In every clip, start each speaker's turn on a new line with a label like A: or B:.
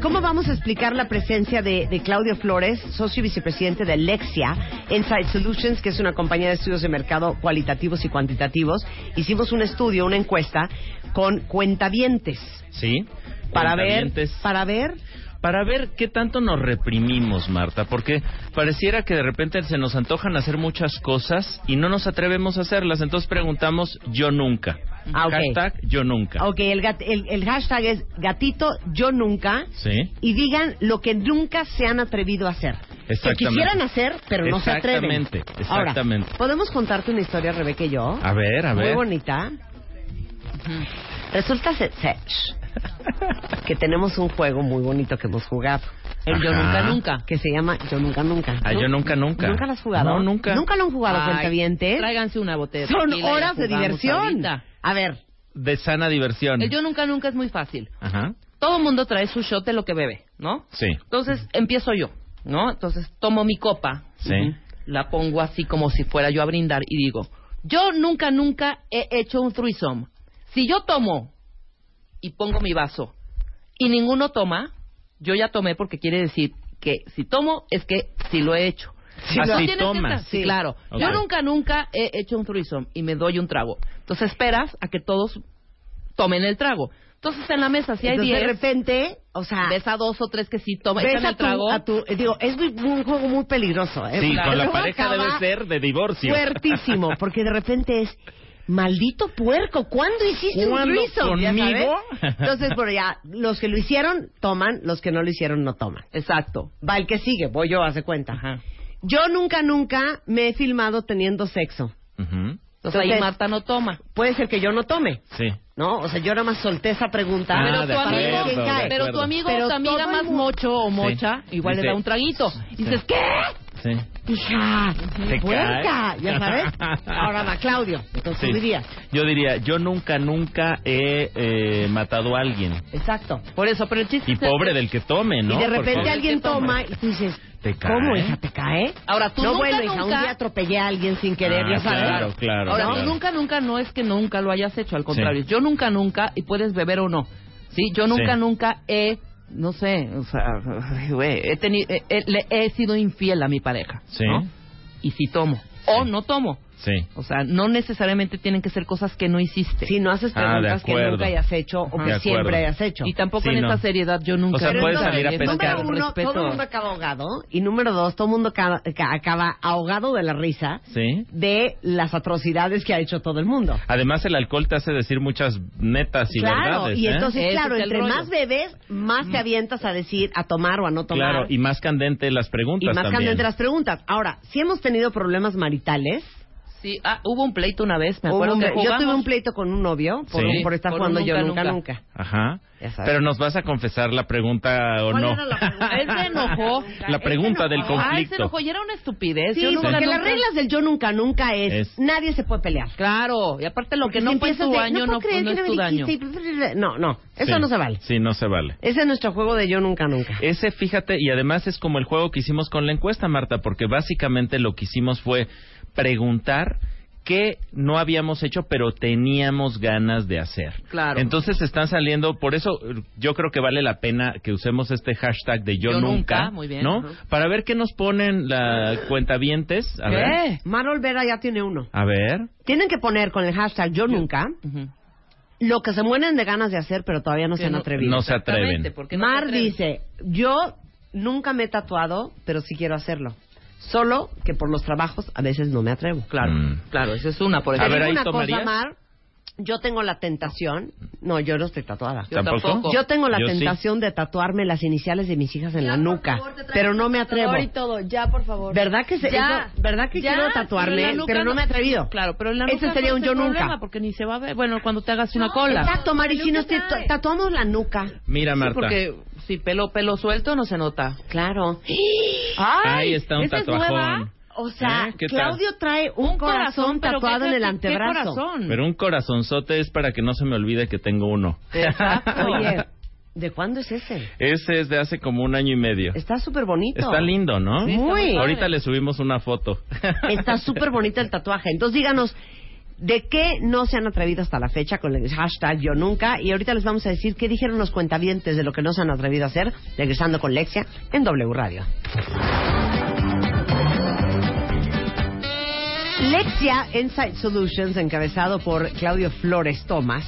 A: ¿Cómo vamos a explicar la presencia de, de Claudio Flores, socio y vicepresidente de Lexia Insight Solutions, que es una compañía de estudios de mercado cualitativos y cuantitativos? Hicimos un estudio, una encuesta con cuentavientes
B: Sí.
A: para ver,
B: Cuentavientes.
A: para ver,
B: Para ver qué tanto nos reprimimos, Marta, porque pareciera que de repente se nos antojan hacer muchas cosas y no nos atrevemos a hacerlas. Entonces preguntamos yo nunca.
A: Ah, ok.
B: Hashtag yo nunca.
A: ok, el, gat- el- el hashtag es gatito yo nunca
B: Sí.
A: y digan lo que nunca se han atrevido a hacer. Que
B: Exactamente.
A: quisieran hacer, pero no se atreven.
B: Exactamente,
A: Ahora,
B: exactamente.
A: ¿podemos contarte una historia, Rebeca y yo?
B: A ver, a
A: Muy
B: ver.
A: bonita. Resulta ser ser que tenemos un juego muy bonito que hemos jugado.
B: El Yo Nunca Nunca.
A: Que se llama Yo Nunca Nunca.
B: Ah, yo nunca, nunca.
A: ¿Nunca lo has jugado?
B: No, nunca.
A: ¿Nunca lo han jugado,
C: Ay,
A: cuentavientes?
C: Tráiganse una botella. de
A: Son
C: tequila y
A: horas de
C: jugamos
A: diversión.
C: ahorita.
A: A ver,
B: De sana diversión.
C: El yo nunca nunca es muy fácil.
B: Ajá.
C: Todo mundo trae su shot de lo que bebe, ¿no?
B: Sí.
C: Entonces empiezo yo, ¿no? Entonces tomo mi copa,
B: Sí.
C: ujú, la pongo así como si fuera yo a brindar y digo, yo nunca nunca he hecho un threesome. Si yo tomo y pongo mi vaso y ninguno toma, yo ya tomé porque quiere decir que si tomo es que sí lo he hecho.
B: Ah,
C: No
B: sí
C: tienes que
B: tomas.
C: estar- Sí, claro.
B: Ok.
C: Yo nunca, nunca he hecho un threesome y me doy un trago. Entonces esperas a que todos tomen el trago. Entonces en la mesa, si hay
A: entonces, de
C: 10,
A: repente, o sea,
C: ves a dos o tres que sí toman
A: ves
C: echan
A: a
C: el
A: tu,
C: trago.
A: a tu- eh, digo, es muy- un juego muy peligroso. ¿eh?
B: Sí,
A: Porque
B: con la
A: luego
B: pareja
A: acaba
B: debe ser de divorcio.
A: Fuertísimo, porque de repente es... Maldito puerco, ¿cuándo hiciste un
B: ¿Cuándo
A: threesome? Ya sabes.
B: conmigo?
A: Entonces, bueno, ya, los que lo hicieron, toman, los que no lo hicieron, no toman.
C: Exacto.
A: Va el que sigue, voy yo, hace cuenta.
C: Ajá.
A: Yo nunca, nunca me he filmado teniendo sexo.
B: Ujú.
C: Entonces,
A: Entonces-
C: ahí Marta no toma.
A: Puede ser que yo no tome,
B: Sí.
A: ¿no? O sea, yo nada más solté esa pregunta.
B: Ah,
C: Pero
B: de
C: tu
B: acuerdo,
C: amigo,
B: de
A: cae.
C: pero tu
B: acuerdo.
C: amigo
A: Pero
C: o tu amiga
A: todo el
C: más
A: mundo-
C: mocho o mocha,
B: Sí.
C: igual le
B: Dice-
C: da un traguito. Y dices, ¿qué?
B: Sí.
A: Hija,
B: Te
A: puerca,
B: cae.
A: ya sabes. Ahora va Claudio, entonces
B: Sí.
A: tú dirías.
B: Yo diría, yo nunca, nunca he eh, matado a alguien.
A: Exacto.
C: Por eso, pero el chiste
B: Y
C: es-
B: pobre del que tome, ¿no?
A: y de repente
B: Porque-
A: alguien
C: ¿Qué toma?
A: toma y tú dices,
B: Te cae.
A: ¿cómo, hija, te cae?
C: Ahora, tú
A: no,
C: nunca,
A: bueno, hija, un
C: nunca-
A: día atropellé a alguien sin querer,
B: Ah,
A: ya sabes.
B: Claro, claro.
C: Ahora,
B: claro.
C: tú nunca, nunca no es que nunca lo hayas hecho, al contrario.
B: Sí.
C: Yo nunca, nunca, y puedes beber o no. Sí, yo nunca,
B: Sí.
C: nunca he, no sé, o sea, ay, güey, he tenido, eh, eh, le he sido infiel a mi pareja.
B: Sí.
C: ¿no? Y si tomo, o no tomo.
B: Sí.
C: O sea, no necesariamente tienen que ser cosas que no hiciste.
A: Si no haces
B: Ah, de
A: preguntas que
B: acuerdo.
A: nunca hayas hecho o
B: Ajá.
A: que
B: De
A: siempre
B: acuerdo.
A: hayas hecho.
C: Y tampoco
B: Sí,
C: en
B: no.
C: esta seriedad yo nunca.
B: O sea,
C: he
B: puedes
C: hecho.
B: salir a
C: Número
B: pescar.
A: Número
C: uno,
A: uno,
C: respeto.
A: todo el mundo acaba ahogado. Y número dos, todo el mundo acaba, ca- acaba ahogado de la risa
B: Sí.
A: de las atrocidades que ha hecho todo el mundo.
B: Además, el alcohol te hace decir muchas netas y
A: claro,
B: verdades.
A: y
B: ¿eh? Mm.
A: entonces,
C: Ese
A: claro,
C: es el
A: entre
C: rollo.
A: más bebes, más te avientas a decir, a tomar o a no tomar.
B: Claro, y más candente las
A: Y
B: preguntas
A: más
B: también.
A: candente las preguntas. Ahora, si hemos tenido problemas maritales,
C: Sí, ah, hubo un pleito una vez, me
A: hubo
C: acuerdo
A: un-
C: que
A: yo
C: jugamos-
A: tuve un pleito con un novio por,
B: Sí.
A: por estar
C: Por un
A: jugando yo
C: nunca,
A: nunca, nunca.
C: nunca.
B: Ajá.
A: Ya sabes.
B: Pero nos vas a confesar la pregunta o
A: ¿Cuál
B: no.
A: era la pregunta?
C: Él se enojó.
B: La
A: Él
B: pregunta
A: se
B: del
A: enojó.
C: Ay, se
B: conflicto.
C: enojó y era una estupidez.
A: Sí,
C: yo nunca,
A: porque las
C: nunca-
A: reglas del yo nunca, nunca es,
B: Es-
A: nadie se puede pelear.
C: Claro, y aparte lo
A: Porque
C: que
A: si
C: no fue
A: empiezas
C: tu
A: de,
C: daño
A: puedo
C: no,
A: creer
C: no
A: que
C: es tu
A: me
C: daño.
A: dijiste y- pues, No, no, eso
B: Sí.
A: no se vale.
B: Sí, no se vale.
A: Ese es nuestro juego de yo nunca, nunca.
B: Ese, fíjate, y además es como el juego que hicimos con la encuesta, Marta, porque básicamente lo que hicimos fue preguntar qué no habíamos hecho, pero teníamos ganas de hacer.
C: Claro.
B: Entonces están saliendo, por eso eh, yo creo que vale la pena que usemos este hashtag de yo,
C: Yo
B: nunca,
C: nunca, muy bien,
B: ¿no?
C: ajá.
B: Para ver qué nos ponen la cuentavientes. A ver.
C: ¿Qué?
A: Mar Olvera ya tiene uno.
B: A ver.
A: Tienen que poner con el hashtag yo nunca
C: Ujú.
A: lo que se mueren de ganas de hacer, pero todavía no se
C: Que
A: han
C: no-
A: atrevido.
B: No se atreven. Mm.
C: Exactamente, porque no se
A: Mar
C: atreven.
A: dice, yo nunca me he tatuado, pero sí quiero hacerlo. Solo que por los trabajos a veces no me atrevo.
C: Claro,
B: Mm.
C: claro, esa es una, por
B: A
A: Te
C: ejemplo.
A: digo
B: ver, ahí
A: una
B: tomarías.
A: cosa, Mar, yo tengo la tentación. No, yo no estoy tatuada.
C: Yo tampoco.
A: Yo tengo la
B: Yo sí.
A: tentación de tatuarme las iniciales de mis hijas en la
D: Ya, por
A: nuca,
D: favor, te traigo
A: pero no me atrevo.
D: tatuador y todo, ya, por favor.
A: ¿Verdad que se-
D: Ya,
A: eso- verdad que
D: ya,
A: quiero
C: en
A: tatuarme,
C: Ah, la nuca
A: pero no me he atrevido?
C: Claro, pero en la
A: Ese
C: nuca
A: sería
C: no
A: un
C: es
A: yo
C: el
A: nunca.
C: problema, porque ni se va a ver. Bueno, cuando te hagas una
D: No,
C: cola.
A: Exacto, Mari, si nos
D: Peluque
A: te-
D: trae.
A: tatuamos la nuca.
B: Mira,
C: Sí,
B: Marta.
C: porque si pelo pelo suelto no se nota.
A: Claro.
B: Ahí está un
C: ¿esa es
B: tatuajón.
C: nueva?
A: O sea,
B: ¿Eh? ¿Qué tal?
A: Claudio trae un, corazón,
C: pero
A: tatuado
C: ¿qué-
A: en el
C: qué-
A: antebrazo.
C: ¿Qué corazón?
B: Pero un corazonzote es para que no se me olvide que tengo uno.
C: Exacto.
A: Oye, ¿de cuándo es ese?
B: Ese es de hace como un año y medio.
A: Está súper bonito.
B: Está lindo, ¿no?
A: Sí, está muy Muy. padre.
B: Ahorita le subimos una foto.
A: Está súper bonito el tatuaje. Entonces díganos, ¿de qué no se han atrevido hasta la fecha con el hashtag yo nunca? Y ahorita les vamos a decir qué dijeron los cuentavientes de lo que no se han atrevido a hacer, regresando con Lexia en W Radio. Lexia Insight Solutions, encabezado por Claudio Flores Tomás,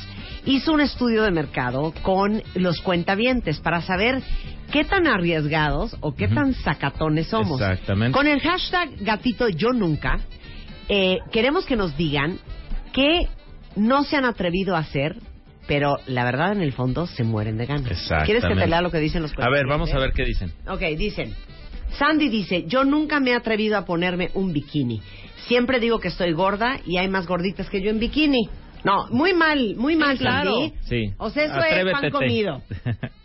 A: hizo un estudio de mercado con los cuentavientes para saber qué tan arriesgados o qué
B: Ujú.
A: tan sacatones somos.
B: Exactamente.
A: Con el hashtag gatito yo nunca, eh, queremos que nos digan qué no se han atrevido a hacer, pero la verdad en el fondo se mueren de ganas.
B: Exactamente.
A: ¿Quieres que te lea lo que dicen los
B: A ver,
A: cuentavientes?
B: vamos a ver qué dicen.
A: Ok, dicen. Sandy dice, yo nunca me he atrevido a ponerme un bikini. Siempre digo que estoy gorda y hay más gorditas que yo en bikini. No, muy mal, muy mal,
C: claro.
A: Sandy.
B: Sí.
A: O sea, eso es
B: Atrévete,
A: pan
B: te.
A: comido.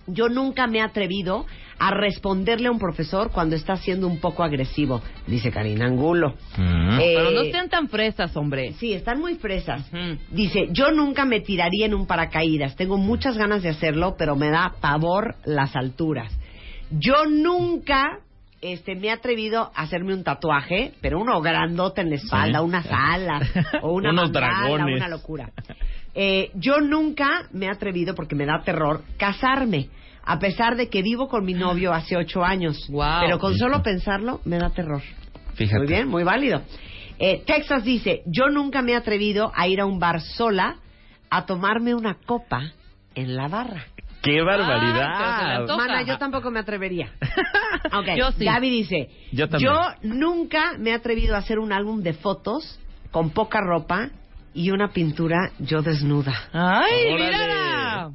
A: Yo nunca me he atrevido a responderle a un profesor cuando está siendo un poco agresivo, dice Karina Angulo.
B: Mm.
A: Eh,
C: Pero no sean tan fresas, hombre.
A: Sí, están muy fresas.
C: Ujú.
A: Dice, yo nunca me tiraría en un paracaídas. Tengo muchas ganas de hacerlo, pero me da pavor las alturas. Yo nunca este, me he atrevido a hacerme un tatuaje, pero uno grandote en la espalda,
B: Sí.
A: unas alas, o una
B: Unos
A: mandala,
B: dragones.
A: una locura. Eh, yo nunca me he atrevido, porque me da terror, casarme. A pesar de que vivo con mi novio
B: Ah.
A: hace ocho años.
C: Guau.
A: Pero con solo pensarlo me da terror.
B: Fíjate.
A: Muy bien, muy válido. Eh, Texas dice, yo nunca me he atrevido a ir a un bar sola a tomarme una copa en la barra.
B: ¡Qué
C: pero se la
B: barbaridad!
C: Toca.
A: Mana, yo tampoco me atrevería. Ok,
C: Yo sí.
A: Gaby dice,
B: Yo también.
A: nunca me he atrevido a hacer un álbum de fotos con poca ropa y una pintura yo desnuda.
C: ¡Ay,
B: Órale.
C: mírala!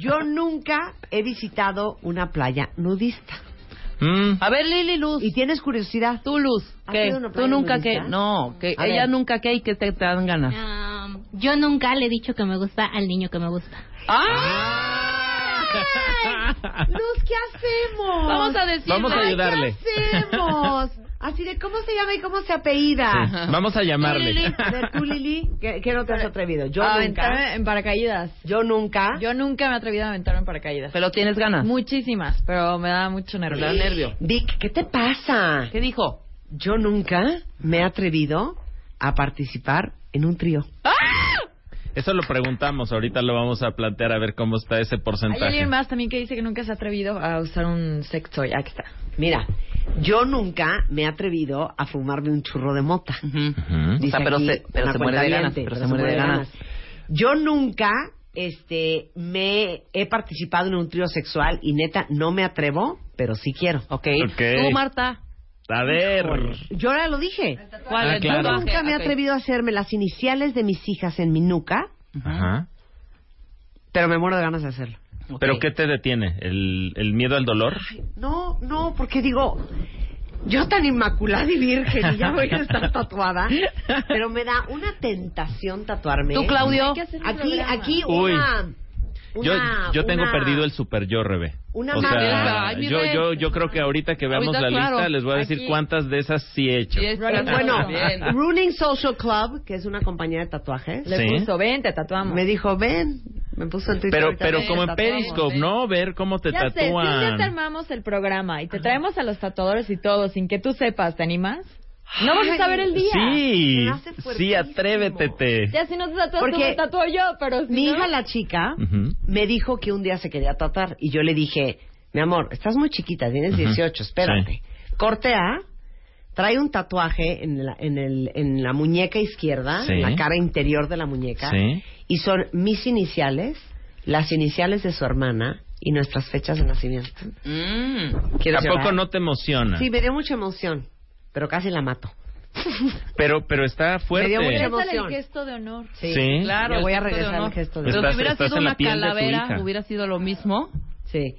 A: Yo nunca he visitado una playa nudista. Ah.
B: Mm.
C: A ver, Lili Luz.
A: Y tienes curiosidad.
C: tú, Luz?
A: ¿Has
C: ¿Qué?
A: ido a una playa
C: ¿Tú nunca
A: nudista?
C: qué? No, que
A: A
C: ella
A: ver.
C: nunca qué y que te, te dan ganas.
D: Am, Ah, yo nunca le he dicho que me gusta al niño que me gusta.
B: Ah.
C: ¡Ah!
A: Luz, ¿qué hacemos?
C: Vamos a decir.
B: Vamos a
C: Ay,
B: ayudarle.
A: ¿Qué hacemos? Así de cómo se llama y cómo se apellida.
B: Vamos a llamarle.
A: A ver, tú, Lili, ¿qué, qué no te has atrevido? Yo
C: Ah,
A: nunca.
D: Aventarme en paracaídas.
A: Yo nunca.
D: Yo nunca me he atrevido a aventarme en paracaídas.
C: ¿Pero tienes ganas?
D: Muchísimas, pero me da mucho nervio.
C: Me da nervio.
A: Vic, ¿qué te pasa?
C: ¿Qué dijo?
A: Yo nunca me he atrevido a participar en un trío.
B: Eso lo preguntamos, ahorita lo vamos a plantear a ver cómo está ese
D: Hay
B: porcentaje.
D: alguien más también que dice que nunca se ha atrevido a usar un sex toy. Aquí está.
A: Mira, yo nunca me he atrevido a fumarme un churro de mota.
B: Ujú.
A: Dice
C: O sea, pero
A: aquí
C: se- pero
A: una
C: se muere de ganas,
A: cuentaviente,
C: pero se muere de ganas.
A: Yo nunca este, me he participado en un trío sexual y neta, no me atrevo, pero sí quiero.
C: Ok.
B: Ok.
C: ¿Tú, Marta?
B: A ver.
A: Yo ahora lo dije.
C: ¿Cuál
B: Ah,
C: el
B: claro.
A: Yo
C: tatuaje?
A: nunca me he
C: Ok.
A: atrevido a hacerme las iniciales de mis hijas en mi nuca,
B: Ajá.
A: pero me muero de ganas de hacerlo.
C: Ok.
B: ¿Pero qué te detiene? ¿El, el miedo al dolor?
A: No, no, porque digo, yo tan inmaculada y virgen y ya voy a estar tatuada, pero me da una tentación tatuarme. ¿eh?
C: ¿Tú, Claudio?
D: que hacer un
A: Aquí,
D: programa.
A: aquí
B: Uy.
A: una...
B: yo
A: una-
B: yo tengo
A: una-
B: perdido el super yo, Rebe.
A: Una
B: o
A: marca.
B: sea,
C: Ay, mi
B: yo,
C: Rebe.
B: yo, yo creo que ahorita que veamos
C: Ahorita,
B: la
C: claro.
B: lista les voy a decir
D: Aquí.
B: cuántas de esas sí he hecho.
C: Sí, es verdad.
A: Eh, Bueno,
C: Bien.
A: Ruining Social Club, que es una compañía de tatuajes,
D: Le
B: Sí.
D: puso, ven, te tatuamos.
A: me dijo, ven, me puso en Twitter.
B: Pero,
A: ahorita
B: pero
A: ven,
B: como en
A: tatuamos.
B: Periscope, ¿no? Ver cómo te
D: ya sé, sí, ya te
B: tatúan.
D: armamos el programa y te traemos a los tatuadores y todo sin que tú sepas, ¿te animas? No vas a saber el día.
B: Sí,
A: Se me hace
B: sí,
A: fuertísimo.
B: atrévete. te.
D: Ya si no te tatúas, tú
A: Porque
D: me tatúo yo, pero si
A: Mi
D: no-
A: hija, la chica,
B: Ujú.
A: me dijo que un día se quería tatuar y yo le dije, mi amor, estás muy chiquita, tienes
B: Ujú.
A: 18, espérate. Corte A, trae un tatuaje en la, en el, en la muñeca izquierda,
B: Sí.
A: en la cara interior de la muñeca,
B: Sí.
A: y son mis iniciales, las iniciales de su hermana y nuestras fechas de nacimiento.
C: Mm.
A: ¿Quieres
B: ¿A poco
A: llorar?
B: no te emociona?
A: Sí, me dio mucha emoción. pero casi la mato.
B: Pero, pero está fuerte.
A: dio mucha
D: Regrésale
A: emoción.
D: el gesto de honor.
B: Sí,
C: Claro,
A: Le voy a
C: el gesto de
A: regresar
C: honor.
A: el gesto de
C: ¿Eh? Pero
B: Estás-
C: si hubiera
B: estás
C: sido
B: en la
C: una
B: piel de tu
C: calavera,
B: hija.
C: hubiera sido lo mismo.
A: Sí.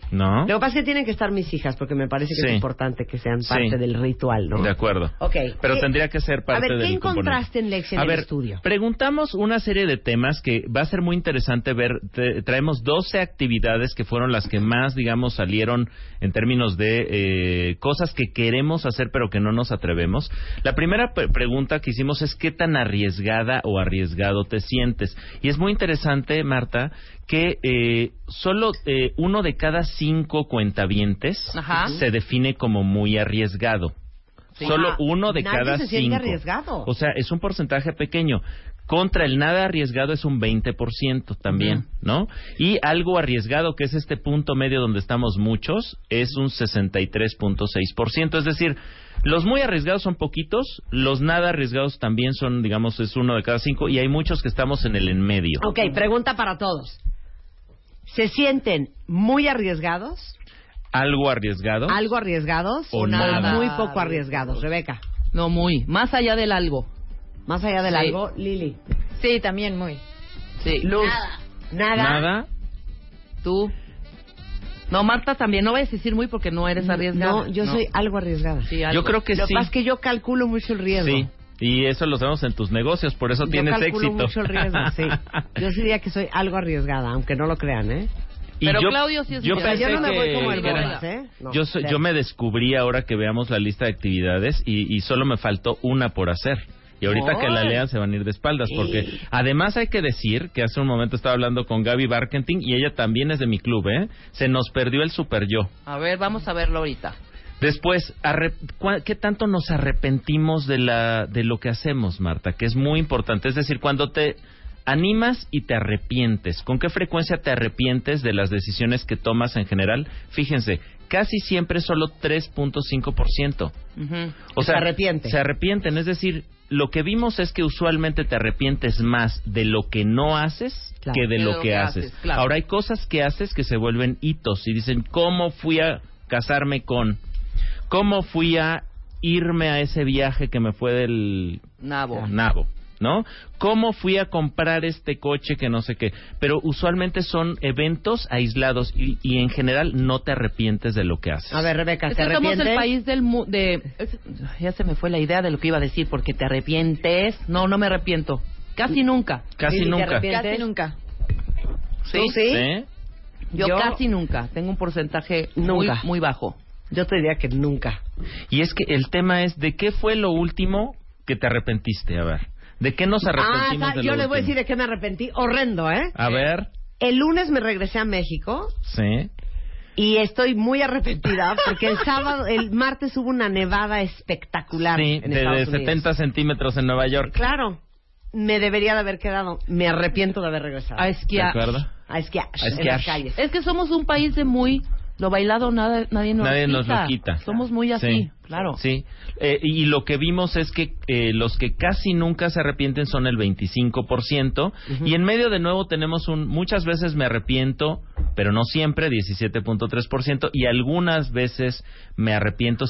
A: Lo
B: ¿No?
A: que pasa es que tienen que estar mis hijas, porque me parece que
B: Sí.
A: es importante que sean
B: Sí.
A: parte del ritual, ¿no?
B: De acuerdo.
A: Ok.
B: Pero
A: ¿Qué-
B: tendría que ser parte
A: a ver,
B: del
A: ¿qué
B: componente.
A: encontraste en Lexi en
B: a
A: el
B: ver,
A: estudio?
B: Preguntamos una serie de temas que va a ser muy interesante ver. Te- traemos 12 actividades que fueron las que más, digamos, salieron en términos de eh, cosas que queremos hacer pero que no nos atrevemos. La primera pre- pregunta que hicimos es qué tan arriesgada o arriesgado te sientes. Y es muy interesante, Marta, que eh, solo eh, uno de cada cinco cuentavientes
C: Ajá.
B: se define como muy arriesgado.
A: Sí.
B: Solo
A: Ah,
B: uno de
A: nadie
B: cada
A: se siente
B: cinco.
A: arriesgado.
B: O sea, es un porcentaje pequeño. Contra el nada arriesgado es un 20% también, ¿no? Y algo arriesgado, que es este punto medio donde estamos muchos, es un 63.6%. Es decir, los muy arriesgados son poquitos, los nada arriesgados también son, digamos, es uno de cada cinco, y hay muchos que estamos en el en medio.
A: Ok, pregunta para todos. ¿Se sienten muy arriesgados?
B: Algo arriesgado.
A: ¿Algo arriesgados?
B: O nada.
A: muy poco arriesgados? Rebeca,
C: No muy. Más allá del algo.
A: más allá del
C: Sí.
A: algo, Lili.
D: Sí, también muy.
C: Sí.
A: Luz. Nada.
B: nada.
C: Tú. No, Marta también. No vayas a decir muy porque no eres arriesgada.
A: No, yo soy algo arriesgada.
C: Sí, algo.
B: Yo creo que
A: Lo que
B: sí.
A: pasa es que yo calculo mucho el riesgo.
B: Sí. Y eso lo sabemos en tus negocios, por eso
A: Yo
B: tienes
A: calculo
B: éxito.
A: mucho el riesgo, sí. Yo sí diría que soy algo arriesgada, aunque no lo crean, ¿eh?
B: Y
C: Pero Claudio sí es
B: yo
C: un- o sea,
B: pensé
C: yo no me voy
B: que-
C: como el
B: que era-
C: Bolas,
A: ¿eh? No,
B: yo, soy-
A: cero.
B: yo me descubrí ahora que veamos la lista de actividades y, y solo me faltó una por hacer. Y ahorita que la lean se van a ir de espaldas porque además hay que decir que hace un momento estaba hablando con Gaby Barkentin y ella también es de mi club, ¿eh? Se nos perdió el super yo.
C: A ver, vamos a verlo ahorita.
B: Después, arre- cua- ¿qué tanto nos arrepentimos de, la, de lo que hacemos, Marta? Que es muy importante. Es decir, cuando te animas y te arrepientes, ¿con qué frecuencia te arrepientes de las decisiones que tomas en general? Fíjense, casi siempre solo 3.5%.
C: Ujú.
B: O
A: Se arrepiente.
B: Se arrepienten. Es decir, lo que vimos es que usualmente te arrepientes más de lo que no haces
A: Claro.
B: que de lo, que, haces.
C: claro.
B: Ahora hay cosas que haces que se vuelven hitos y dicen, ¿cómo fui a casarme con? ¿Cómo fui a irme a ese viaje que me fue del
C: Nabo.
B: nabo? ¿No? ¿Cómo fui a comprar este coche que no sé qué? Pero usualmente son eventos aislados y, y en general no te arrepientes de lo que haces.
A: A ver, Rebeca,
C: Es
A: ¿te
C: que somos
A: arrepientes?
C: el país del mu- de es- ya se me fue la idea de lo que iba a decir porque te arrepientes. No, no me arrepiento. Casi nunca.
B: Casi
A: Lili, ¿te
B: nunca.
A: arrepientes?
D: Casi nunca.
A: ¿Tú sí?
B: ¿Sí?
C: Yo,
A: Yo-
C: casi nunca. Tengo un porcentaje muy,
A: Nunca.
C: muy bajo.
A: Yo te diría que nunca.
B: Y es que el tema es de qué fue lo último que te arrepentiste, a ver. ¿De qué nos
A: Ah,
B: arrepentimos
A: sa-
B: de lo
A: yo les voy a decir
B: último? Ah.
A: de qué me arrepentí. Horrendo, ¿eh?
B: A ver,
A: El lunes me regresé a México
B: sí.
A: y estoy muy arrepentida porque el sábado, el martes hubo una nevada espectacular
B: Sí,
A: en
B: de,
A: Estados
B: de
A: Unidos.
B: 70 centímetros en Nueva York.
A: Claro, me debería de haber quedado. Me arrepiento de haber regresado.
C: A
B: ¿De
C: esquiar.
B: acuerdo?
A: A esquiar,
B: A
A: en
B: esquiar.
A: las calles.
C: Es que somos un país de muy lo bailado nada nadie nos
B: Nadie
C: lo
B: nos lo quita.
C: Somos muy así,
B: Sí.
C: claro.
B: Sí. Eh, y lo que vimos es que eh, los que casi nunca se arrepienten son el 25%. Y en medio de nuevo tenemos un muchas veces me arrepiento, pero no siempre, 17.3%. Y algunas veces me arrepiento,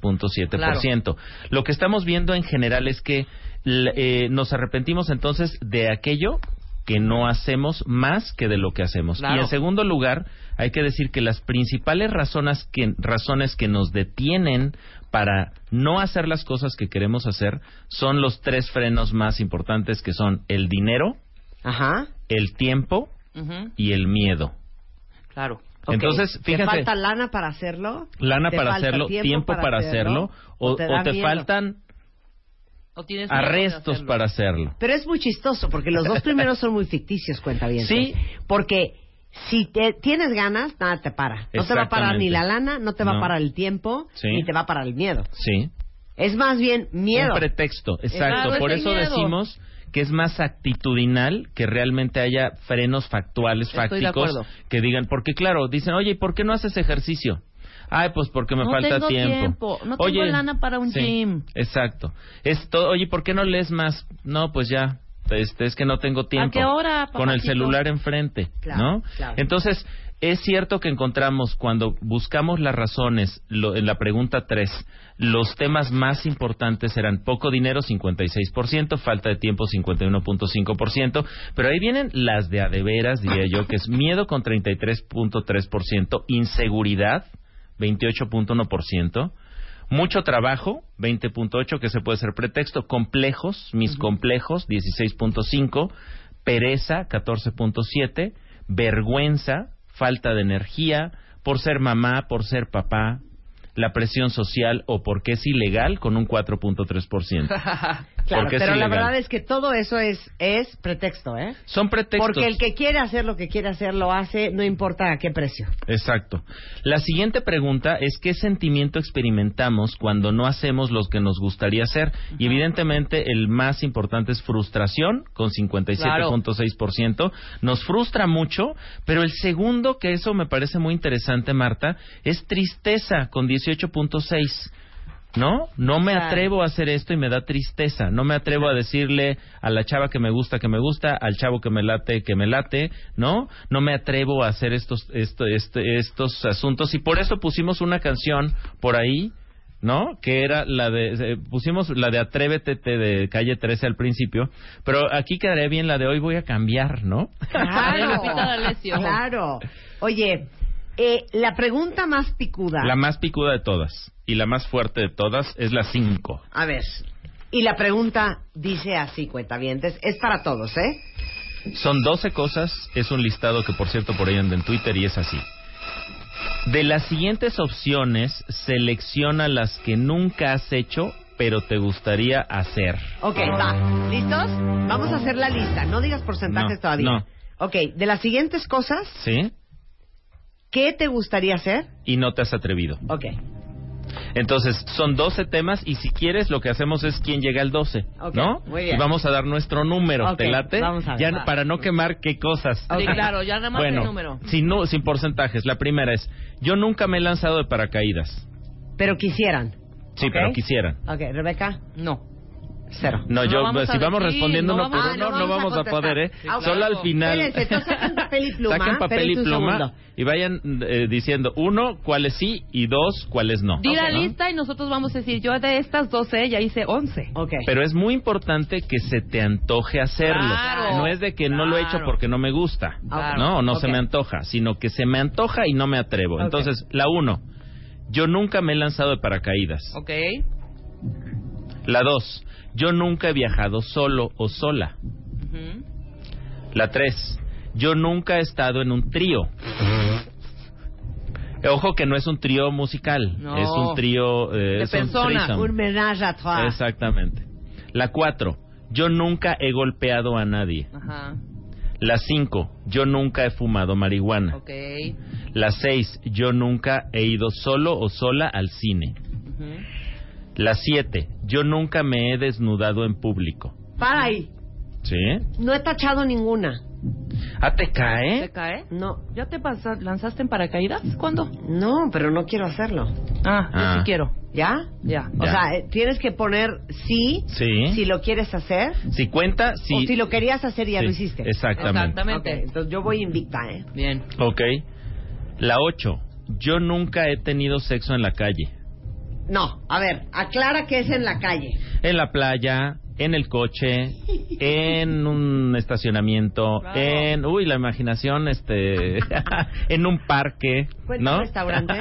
B: 53.7%. Lo que estamos viendo en general es que l- eh, nos arrepentimos entonces de aquello que no hacemos más que de lo que hacemos.
C: Claro.
B: Y en segundo lugar, hay que decir que las principales razones que, razones que nos detienen para no hacer las cosas que queremos hacer son los tres frenos más importantes que son el dinero,
A: Ajá.
B: el tiempo
C: Ujú,
B: y el miedo.
C: Claro.
A: Ok.
B: Entonces,
A: ¿Te
B: fíjense.
A: falta lana para hacerlo?
B: Lana
A: ¿Te
B: para
A: falta
B: hacerlo, tiempo, para hacerlo, o, o te,
A: da miedo?
B: faltan
C: O tienes miedo de
B: arrestos
C: hacerlo.
B: para hacerlo.
A: Pero es muy chistoso porque los dos primeros son muy ficticios, cuenta bien.
B: Sí.
A: Porque si te- tienes ganas, nada te para. No te va a parar ni
B: Exactamente.
A: la lana, no te va
B: No.
A: a parar el tiempo,
B: Sí.
A: ni te va a parar el miedo.
B: Sí.
A: Es más bien miedo.
B: Un pretexto, exacto.
C: Claro, es
B: Por
C: el
B: eso
C: miedo.
B: decimos que es más actitudinal que realmente haya frenos factuales,
C: Estoy de acuerdo.
B: fácticos, que digan, porque claro, dicen, oye, ¿y por qué no haces ejercicio? Ay, pues porque me
C: No
B: falta
C: tengo
B: tiempo.
C: tiempo, no tengo lana para un gym.
B: Exacto. Es todo, oye, ¿por qué no lees más? No, pues ya. este, es que no tengo tiempo.
C: qué hora,
B: Con el
C: papacito?
B: celular enfrente,
A: Claro,
B: ¿no?
A: claro.
B: Entonces, es cierto que encontramos cuando buscamos las razones, lo- en la pregunta 3, los temas más importantes eran poco dinero, 56%, falta de tiempo, 51.5%, pero ahí vienen las de a de veras, diría yo, que es miedo con 33.3%, inseguridad, 28.1%, mucho trabajo, 20.8, que se puede ser pretexto, complejos, mis complejos, 16.5, pereza, 14.7, vergüenza, falta de energía, por ser mamá, por ser papá, la presión social o porque es ilegal, con un 4.3%.
A: Claro,
B: Porque es
A: pero la
B: ilegal.
A: verdad es que todo eso es, es pretexto, ¿eh?
B: Son pretextos.
A: Porque el que quiere hacer lo que quiere hacer lo hace, no importa a qué precio.
B: Exacto. La siguiente pregunta es qué sentimiento experimentamos cuando no hacemos lo que nos gustaría hacer. Y evidentemente el más importante es frustración, con 57.6%. Nos frustra mucho, pero el segundo, que eso me parece muy interesante, Marta, es tristeza, con 18.6%. ¿No? No me
C: Claro.
B: atrevo a hacer esto y me da tristeza. No me atrevo a decirle a la chava que me gusta, que me gusta, al chavo que me late, que me late, ¿no? No me atrevo a hacer estos, esto, este, estos asuntos. Y por eso pusimos una canción por ahí, ¿no? Que era la de, eh, pusimos la de Atrévete te de Calle 13 al principio. Pero aquí quedaría bien la de hoy voy a cambiar, ¿no?
C: De Lupita D'Alessio.
A: Claro. Oye, eh, la pregunta más picuda.
B: La más picuda de todas y la más fuerte de todas es la 5.
A: A ver. Y la pregunta dice así, cuentavientes. Es para todos, ¿eh?
B: Son 12 cosas, es un listado que por cierto por ahí anda en Twitter y es así. De las siguientes opciones, selecciona las que nunca has hecho, pero te gustaría hacer.
A: Ok, va. ¿Listos? Vamos a hacer la lista. No digas porcentajes
B: No,
A: todavía.
B: no.
A: Ok, de las siguientes cosas,
B: ¿Sí?
A: ¿qué te gustaría hacer?
B: Y no te has atrevido.
A: Ok,
B: Entonces, son 12 temas y si quieres lo que hacemos es quién llega al 12,
A: Ok,
B: ¿no?
A: muy bien.
B: Y vamos a dar nuestro número,
A: Ok,
B: ¿te late?
A: vamos a ver,
B: Ya
A: va.
B: para no quemar qué cosas.
C: Sí, claro, ya nada más
B: bueno,
C: el número.
B: Sin, nu- sin porcentajes. La primera es, yo nunca me he lanzado de paracaídas.
A: pero quisieran.
B: Sí,
A: Ok.
B: pero quisieran.
A: Ok, Rebeca,
C: No.
A: cero.
B: No,
C: No
B: yo, pues,
C: vamos a
B: si vamos
C: decir,
B: respondiendo
C: no
B: uno por
C: vamos-
B: uno,
C: ah, no
B: no
A: vamos
B: vamos
A: a
B: a poder, ¿eh?
A: contestar. Sí,
B: Solo
C: claro.
B: al final.
A: Espérense, entonces saquen papel y pluma.
B: Saquen papel y
A: Espérense un
B: pluma
A: segundo.
B: y vayan eh, diciendo, uno, cuáles sí y dos, cuáles no.
C: Di la
B: ¿no?
C: lista y nosotros vamos a decir, yo de estas 12 ya hice 11.
A: Ok.
B: Pero es muy importante que se te antoje hacerlo.
C: Claro.
B: no es de que no lo he hecho
C: Claro.
B: porque no me gusta,
C: Claro.
B: ¿no? O no se
A: Ok.
B: me antoja, sino que se me antoja y no me atrevo.
A: Ok.
B: Entonces, la uno, yo nunca me he lanzado de paracaídas.
C: Ok.
B: La dos, yo nunca he viajado solo o sola.
C: Ujú.
B: La 3. Yo nunca he estado en un trío. Ojo que no es un trío musical,
C: No.
B: es un trío eh,
C: De
B: es un
C: persona,
B: threesome.
A: Un menage a trois.
B: Exactamente. La 4. Yo nunca he golpeado a nadie.
C: Ajá.
B: La 5. Yo nunca he fumado marihuana.
C: Ok.
B: La 6. Yo nunca he ido solo o sola al cine.
C: Ujú.
B: La 7. Yo nunca me he desnudado en público.
A: Para ahí.
B: ¿Sí?
A: No he tachado ninguna.
B: Ah, te cae.
C: ¿Te cae?
A: No.
C: ¿Eh? ¿Ya te pasa- lanzaste en paracaídas? ¿Cuándo?
A: No, pero no quiero hacerlo.
C: Ah,
B: Ah.
C: yo sí quiero.
A: ¿Ya?
C: Ya.
A: O
B: Ya.
A: sea, eh, tienes que poner sí,
B: Sí.
A: si lo quieres hacer.
B: Si cuenta, si...
A: O si lo querías hacer y ya
B: Sí,
A: lo hiciste.
B: Exactamente.
A: Ok,
C: Exactamente.
A: entonces yo voy invicta, ¿eh?
C: Bien.
B: Ok. La 8. Yo nunca he tenido sexo en la calle.
A: No, a ver, aclara que es en la calle.
B: En la playa, en el coche, en un estacionamiento,
C: Bravo.
B: en... Uy, la imaginación, este... en un parque,
A: Cuenta
B: ¿no?
A: restaurante.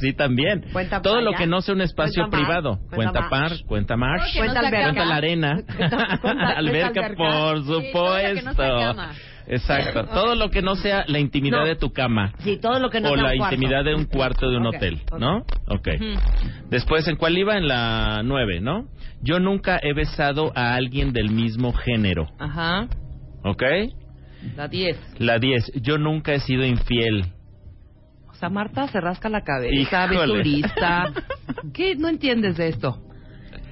B: sí, también.
A: Cuenta
B: Todo
A: playa.
B: lo que no sea un espacio
A: Cuenta mar.
B: privado.
A: Cuenta
B: Cuenta,
A: mar.
B: par, cuenta mar,
D: Todo lo que
A: Cuenta
D: no se
A: alberca.
B: cuenta
D: acaba.
B: la arena,
A: Cuenta- cuenta-
B: alberca,
A: cuenta
B: por
D: alberca. Sí, todo lo que no sea
B: supuesto.
D: cama.
B: Exacto. Todo lo que no sea la intimidad
A: No.
B: de tu cama.
A: Sí, todo lo que no
B: o
A: sea
B: la
A: un cuarto.
B: intimidad de un cuarto de un
A: Ok,
B: hotel,
A: ok.
B: ¿no? Ok.
C: Ujú.
B: Después, ¿en cuál iba? En la nueve, ¿no? Yo nunca he besado a alguien del mismo género,
C: Ajá.
B: ¿ok?
C: La 10.
B: La 10, yo nunca he sido infiel.
C: O sea, Marta se rasca la cabeza,
B: Híjole.
C: aventurista. ¿Qué no entiendes de esto?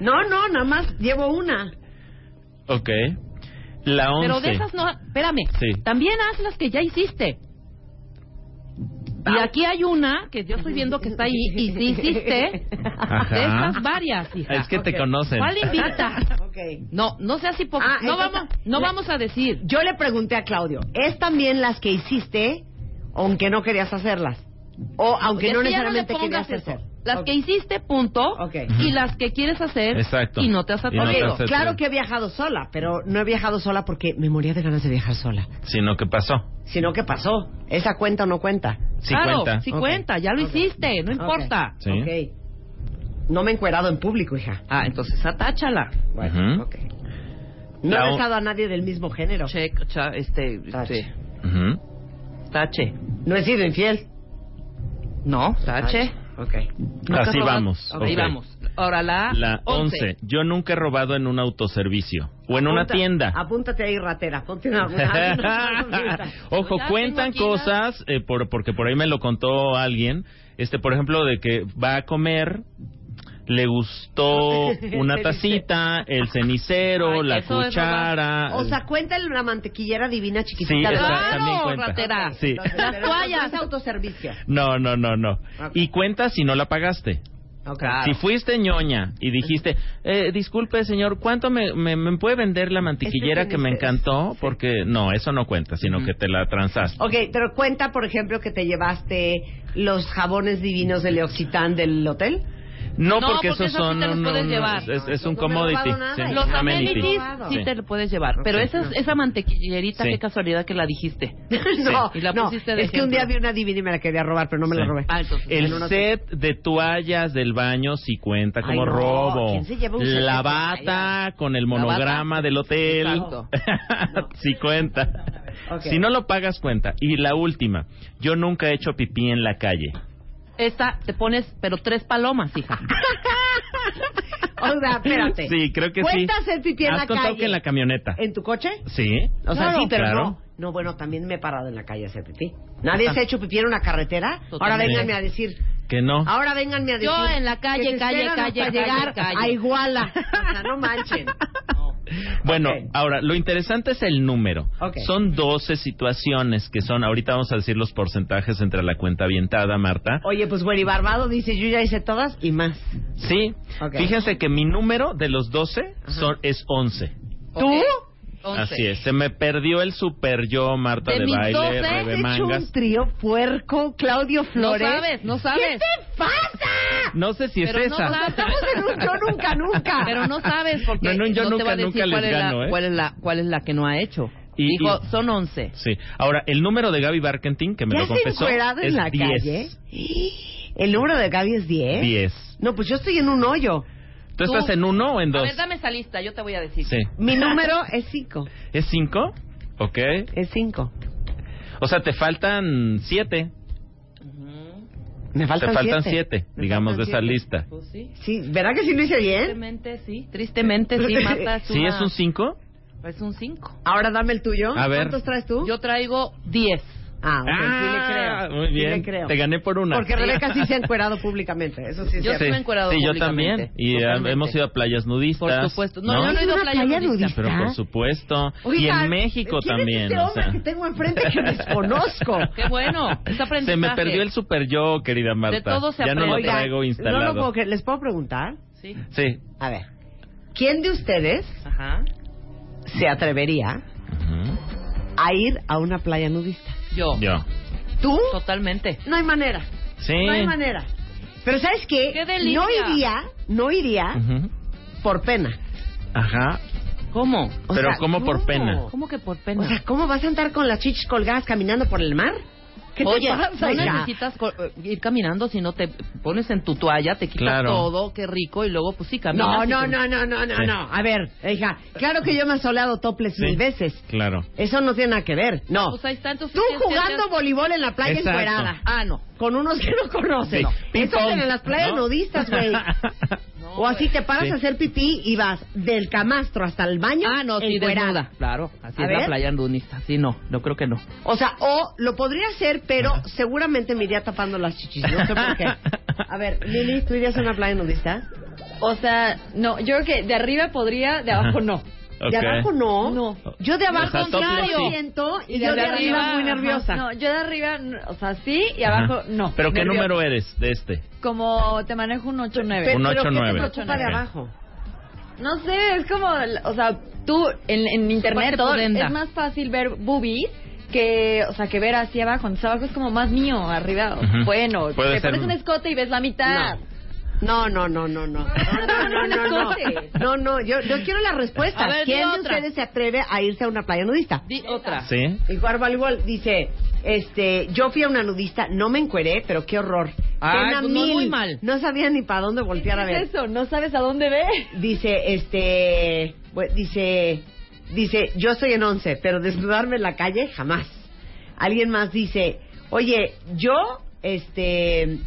A: No, no, nada más llevo una.
B: ¿Ok? La
C: Pero de
B: 11,
C: esas no. Espérame.
B: Sí.
C: También haz las que ya hiciste. Y aquí hay una que yo estoy viendo que está ahí y si hiciste
B: Ajá.
C: de estas varias, hija.
B: Es que te conocen.
C: ¿Cuál invita?
A: Ok.
C: No, no seas hipócrita.
A: Ah,
C: no
A: entonces-
C: vamos, no vamos a decir.
A: Yo le pregunté a Claudio, ¿es también las que hiciste aunque no querías hacerlas? O aunque
C: Porque
A: no
C: es que ya le
A: necesariamente
C: pongas
A: querías
C: eso.
A: hacer.
C: Las
A: Ok.
C: que hiciste, punto.
A: Ok.
C: Y las que quieres hacer.
B: Exacto.
C: Y no te has
B: Y no te
C: atrevido.
B: has-
A: Claro que he viajado sola, pero no he viajado sola porque me moría de ganas de viajar sola.
B: Sino que pasó.
A: Sino que pasó. ¿Esa cuenta o no cuenta?
B: Sí
C: Claro,
B: cuenta.
C: sí
A: Ok.
C: cuenta, ya lo
A: Ok.
C: hiciste, no importa.
B: Sí.
A: Ok. No me he encuerado en público, hija.
C: Ah, entonces atáchala.
A: Bueno,
B: Ujú.
A: ok. No
B: La
A: he
B: o-
A: besado a nadie del mismo género.
C: Check, cha, este,
A: Tache.
C: este,
B: Ujú.
C: tache.
A: No he sido infiel.
C: No, tache.
A: Ok.
C: Nunca
B: Así
C: robado-
B: vamos,
C: Ok,
B: ok.
C: vamos. Ahora la,
B: La 11.
C: Ah, once.
B: Yo nunca he robado en un autoservicio o en una
A: Apunta-
B: tienda.
A: Apúntate ahí, ratera. Ponte una. una- una-
B: Ojo,
C: Pues Ya tengo
B: cuentan
C: aquí las-
B: cosas, eh, por, porque por ahí me lo contó alguien. Este, por ejemplo, de que va a comer, le gustó una tacita, el cenicero,
C: Ay,
B: la
C: eso es robar.
B: cuchara.
A: o sea, cuenta la mantequillera divina chiquitita. Ah,
B: Ah. Sí,
A: de-
B: esa
C: Claro,
B: también cuenta.
C: ratera.
B: Sí.
A: Entonces,
C: Las
A: pero
C: toallas.
A: entonces Es autoservicio.
B: No, no, no, no.
A: Ok.
B: Y cuenta si no la pagaste.
A: Ok.
C: Ah.
B: Si fuiste ñoña y dijiste, eh, disculpe señor, ¿cuánto me, me- me puede vender la mantequillera
A: Este
B: que me
A: tiene-
B: encantó? Porque no, eso no cuenta, sino que te la transaste.
A: Ok, pero cuenta, por ejemplo, que te llevaste los jabones divinos del Leoxitán del hotel.
B: No,
C: No,
B: porque,
C: porque
B: esos
C: eso sí
B: son
C: te los
B: un-
C: puedes
B: un-
C: llevar.
B: es, es
A: No,
B: un
A: no me he
B: commodity.
A: robado nada.
B: sí,
C: Los
B: un
C: amenities
B: amenity.
A: robado.
C: sí,
B: Sí.
C: te lo puedes llevar, pero
B: Ok.
C: esa, esa mantequillerita,
B: Sí.
C: qué casualidad que la dijiste.
A: no,
C: Y la
A: no, es
C: pusiste
A: que
C: de
A: un
C: ejemplo.
A: día vi una divina y me la quería robar, pero no me la
B: Sí.
A: robé.
C: Ah, entonces,
B: El
C: bueno, no te-
B: set de toallas del baño sí cuenta como
A: Ay, no,
B: robo.
A: ¿quién se lleva un set de
B: La bata con el
C: bata.
B: monograma del hotel
C: Exacto.
B: sí cuenta.
A: Ok.
B: Si no lo pagas cuenta. Y la última, yo nunca he hecho pipí en la calle.
C: Esta te pones, pero tres palomas, hija.
A: O sea, espérate.
B: Sí, creo que sí.
A: Cuenta hacer pipí en
B: ¿Has
A: la
B: contado
A: calle.
B: que en la camioneta?
A: ¿En tu coche?
B: Sí.
A: O sea,
B: Claro.
A: sí, pero
B: Claro.
A: no. No, bueno, también me he parado en la calle a hacer pipí. Nadie
C: Total.
A: se ha hecho pipí en una carretera. Ahora
C: Totalmente.
A: vénganme a decir.
B: Que no.
A: Ahora vénganme a decir.
C: Yo en la calle,
A: que se
C: calle,
A: esperan
C: calle,
A: hasta
C: calle,
A: llegar
C: calle.
A: a Iguala. O sea, no manchen.
B: Bueno,
A: Ok.
B: ahora, lo interesante es el número.
A: Ok.
B: Son 12 situaciones que son, ahorita vamos a decir los porcentajes entre la cuenta avientada, Marta.
A: Oye, pues Güeri Barbado dice, yo ya hice todas y más.
B: Sí,
A: Ok.
B: fíjense que mi número de los 12 son, es 11.
C: ¿Tú?
B: Así es, se me perdió el super yo, Marta de,
C: De mis
B: baile,
C: 12,
B: Rebe
C: he hecho
B: Mangas.
A: Un trío puerco, Claudio Flores.
C: sabes, no
A: ¿Qué
C: sabes.
A: te pasa?
B: No sé si
C: Pero
B: es
C: no
B: esa.
C: sabes.
A: Estamos en un yo nunca, nunca.
C: Pero no sabes porque
B: No, en un yo
C: no te
B: nunca,
C: va a decir
B: nunca les
C: cuál, es
B: gano,
C: la,
B: ¿eh?
C: cuál es la cuál es la que no ha hecho.
B: Y-
C: Dijo,
B: y-
C: son 11.
B: Sí, ahora, el número de Gaby Barkentin, que me
A: ¿Ya
B: lo
A: has
B: confesó,
A: encuerado en
B: es
A: la
B: 10.
A: calle? El número de Gaby es 10.
B: 10.
A: No, pues yo estoy en un hoyo.
B: ¿Tú, estás en uno o en
C: A
B: dos?
C: ver, dame esa lista, yo te voy a decir.
B: Sí.
A: Mi número es 5.
B: ¿Es 5? Ok.
A: Es 5.
B: O sea, te faltan 7.
A: Me faltan
B: te faltan
A: 7.
B: 7, digamos, de esa lista.
C: Pues sí.
A: Sí, ¿verdad que sí lo hice bien?
C: Tristemente sí, tristemente sí, Marta. Es
B: ¿Sí
C: una-
B: es un 5?
C: Es un 5.
A: Ahora dame el tuyo.
B: A ver.
A: ¿Cuántos traes tú?
C: Yo traigo 10.
A: Ah, ok, sí le creo.
B: Muy
A: Sí le
B: bien.
A: creo.
B: Te gané por una.
A: Porque Rebeca sí se ha encuerado públicamente. Eso sí es
C: Yo
A: cierto.
C: sí. estuve encuerado
B: Sí, yo
C: públicamente,
B: también. Y eh,
C: totalmente.
B: hemos ido a playas nudistas.
C: Por supuesto. No,
B: ¿no?
C: yo no he ido a
A: ¿Una
C: playa,
A: playa
C: nudista.
A: nudista?
B: Pero por supuesto. y
A: Oigan,
B: en México
A: ¿quién Es
B: también.
A: este
B: o
A: hombre
B: sea.
A: que tengo enfrente que desconozco.
C: Qué bueno. Es
B: Se
C: aprendizaje.
B: me perdió el super yo, querida Marta.
C: todo se
B: ya no lo
C: aprende.
B: traigo
A: no
B: instalado.
A: lo puedo creer. ¿Les puedo preguntar?
C: Sí.
B: Sí.
A: A ver. ¿Quién de ustedes
C: Ajá.
A: se atrevería
B: Ujú.
A: a ir a una playa nudista?
C: Yo.
B: Yo.
A: ¿Tú?
C: Totalmente.
A: No hay manera.
B: Sí.
A: No hay manera. Pero ¿sabes qué?
C: ¡Qué delicia!
A: No iría, no iría
B: Ujú.
A: por pena.
B: Ajá.
C: ¿Cómo?
A: O
B: Pero
A: sea,
B: ¿cómo por
A: ¿cómo?
B: pena?
C: ¿Cómo que por
A: O
C: pena?
A: sea, ¿cómo vas a andar con las chichis colgadas caminando por el mar? ¿Qué
C: Oye,
A: te pasa,
C: no
A: hija?
C: necesitas co- eh, ir caminando, sino te pones en tu toalla, te quitas
B: Claro.
C: todo, qué rico, y luego pues sí caminas.
A: No,
C: y
A: no,
C: te-
A: no, no, no, no,
B: Sí.
A: no. A ver, hija, claro que yo me he asoleado toples
B: Sí.
A: mil veces.
B: Claro.
A: Eso no tiene nada que ver. No.
C: Pues ahí está, entonces,
A: Tú
C: ¿qué- qué
A: jugando
C: haces?
A: voleibol en la playa
B: Exacto.
A: encuerada.
C: Ah, no.
A: Con unos que no conoces.
B: Sí. Ping
A: Eso es
B: pong,
A: en las playas
B: ¿no?
A: nudistas, güey.
C: No,
A: o así
C: güey.
A: te paras
B: Sí.
A: a hacer pipí y vas del camastro hasta el baño.
C: Ah, no, sí,
A: encuerada.
C: desnuda. Claro, así
A: A
C: es
A: ver.
C: la playa nudista. Sí, no, no creo que no.
A: O sea, o lo podría hacer, pero seguramente me iría tapando las chichis. No sé por qué. A ver, Lili, ¿tú irías a una playa nudista?
D: O sea, no, yo creo que de arriba podría, de abajo no.
A: De
B: Ok.
A: abajo no.
D: No.
A: Yo de abajo
B: sea, top
A: contrario.
B: left sí.
D: siento
A: Y yo de arriba muy
D: ajá.
A: nerviosa.
D: No, yo de arriba, n- o sea, sí y
B: Ajá.
D: abajo no.
B: ¿Pero qué
D: Nerviosa.
B: número eres de este?
D: Como te manejo un 8 9.
A: Pe-
B: Un
A: pero
B: ocho,
A: ¿qué te
B: nueve.
A: preocupa de
B: Ok.
A: abajo?
D: No sé, es como, o sea, tú en, en
C: Parte
D: internet todo,
C: pudenda.
D: es más fácil ver boobies que, o sea, que ver así abajo. Entonces abajo es como más mío, arriba.
B: Ujú.
D: Bueno,
B: Puede
D: te
B: ser-
D: pones un escote y ves la mitad.
A: No, no, no, no, no. No, no, no, no.
D: Corte.
A: No, no, yo, yo quiero la respuesta.
C: A ver, di
A: ¿Quién de
C: otra.
A: ustedes se atreve a irse a una playa nudista?
C: Di
A: Ah.
C: otra.
B: ¿Sí?
A: Igual Valibol dice, este, yo fui a una nudista, no me encueré, pero qué horror.
C: Ay,
A: Pena
C: pues no,
A: mil.
C: muy mal.
A: No sabía ni para dónde voltear a
D: ¿Qué
A: ver.
D: es eso? No sabes a dónde ver.
A: Dice, este, bu- dice, dice, yo estoy en once, pero desnudarme en la calle jamás. Alguien más dice, oye, yo, este,